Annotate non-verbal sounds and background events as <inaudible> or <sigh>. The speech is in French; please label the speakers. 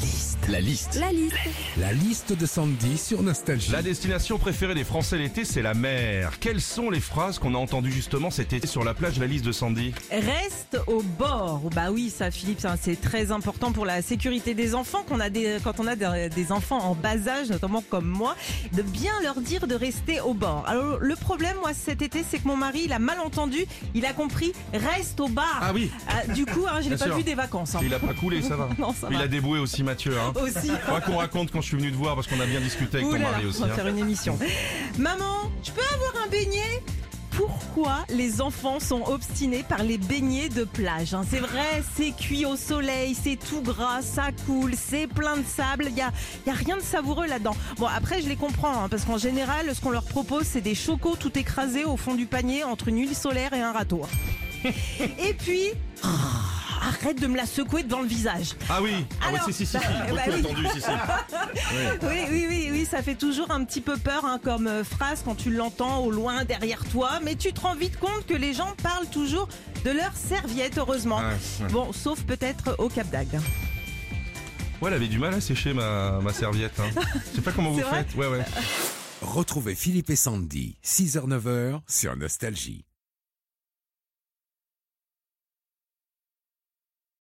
Speaker 1: liste.
Speaker 2: La liste.
Speaker 3: La liste.
Speaker 2: La liste de Sandy sur Nostalgie.
Speaker 4: La destination préférée des Français l'été, c'est la mer. Quelles sont les phrases qu'on a entendues justement cet été sur la plage de la liste de Sandy
Speaker 5: Reste au bord. Bah oui, ça, Philippe, ça, c'est très important pour la sécurité des enfants. Qu'on a des, quand on a des, des enfants en bas âge, notamment comme moi, de bien leur dire de rester au bord. Alors, le problème, moi, cet été, c'est que mon mari, il a mal entendu. Il a compris reste au bar.
Speaker 4: Ah oui.
Speaker 5: Ah, du coup, hein, je l'ai
Speaker 4: Bien
Speaker 5: pas
Speaker 4: sûr.
Speaker 5: vu des vacances. hein.
Speaker 4: Il a pas coulé, ça va.
Speaker 5: <laughs> Non, ça
Speaker 4: Il
Speaker 5: va.
Speaker 4: a déboué aussi Mathieu. Hein.
Speaker 5: Aussi.
Speaker 4: Faudra qu'on raconte quand je suis venu te voir parce qu'on a bien discuté avec
Speaker 5: Ouh
Speaker 4: ton
Speaker 5: là là,
Speaker 4: mari aussi.
Speaker 5: On va
Speaker 4: hein.
Speaker 5: faire une émission. Maman, je peux avoir un beignet pourquoi les enfants sont obstinés par les beignets de plage hein C'est vrai, c'est cuit au soleil, c'est tout gras, ça coule, c'est plein de sable, il n'y a, y a rien de savoureux là-dedans. Bon, après, je les comprends, hein, parce qu'en général, ce qu'on leur propose, c'est des chocos tout écrasés au fond du panier entre une huile solaire et un râteau. hein.
Speaker 4: <laughs>
Speaker 5: et puis, oh, arrête de me la secouer devant le visage.
Speaker 4: Ah oui. Ah oui,
Speaker 5: Alors-
Speaker 4: si si si. si.
Speaker 5: Bah
Speaker 4: Beaucoup
Speaker 5: oui.
Speaker 4: attendu, si, si.
Speaker 5: <laughs> Oui, oui, oui, oui, ça fait toujours un petit peu peur hein, comme euh, phrase quand tu l'entends au loin derrière toi, mais tu te rends vite compte que les gens parlent toujours de leur serviette, heureusement.
Speaker 4: Ouais, ouais.
Speaker 5: Bon, sauf peut-être au Cap d'Agde.
Speaker 4: Ouais, elle avait du mal à sécher ma, ma serviette.
Speaker 5: <laughs>
Speaker 4: Hein. Je sais pas comment vous
Speaker 5: C'est vrai
Speaker 4: faites. Ouais ouais.
Speaker 2: Retrouvez Philippe et Sandy, 6h-9h sur Nostalgie.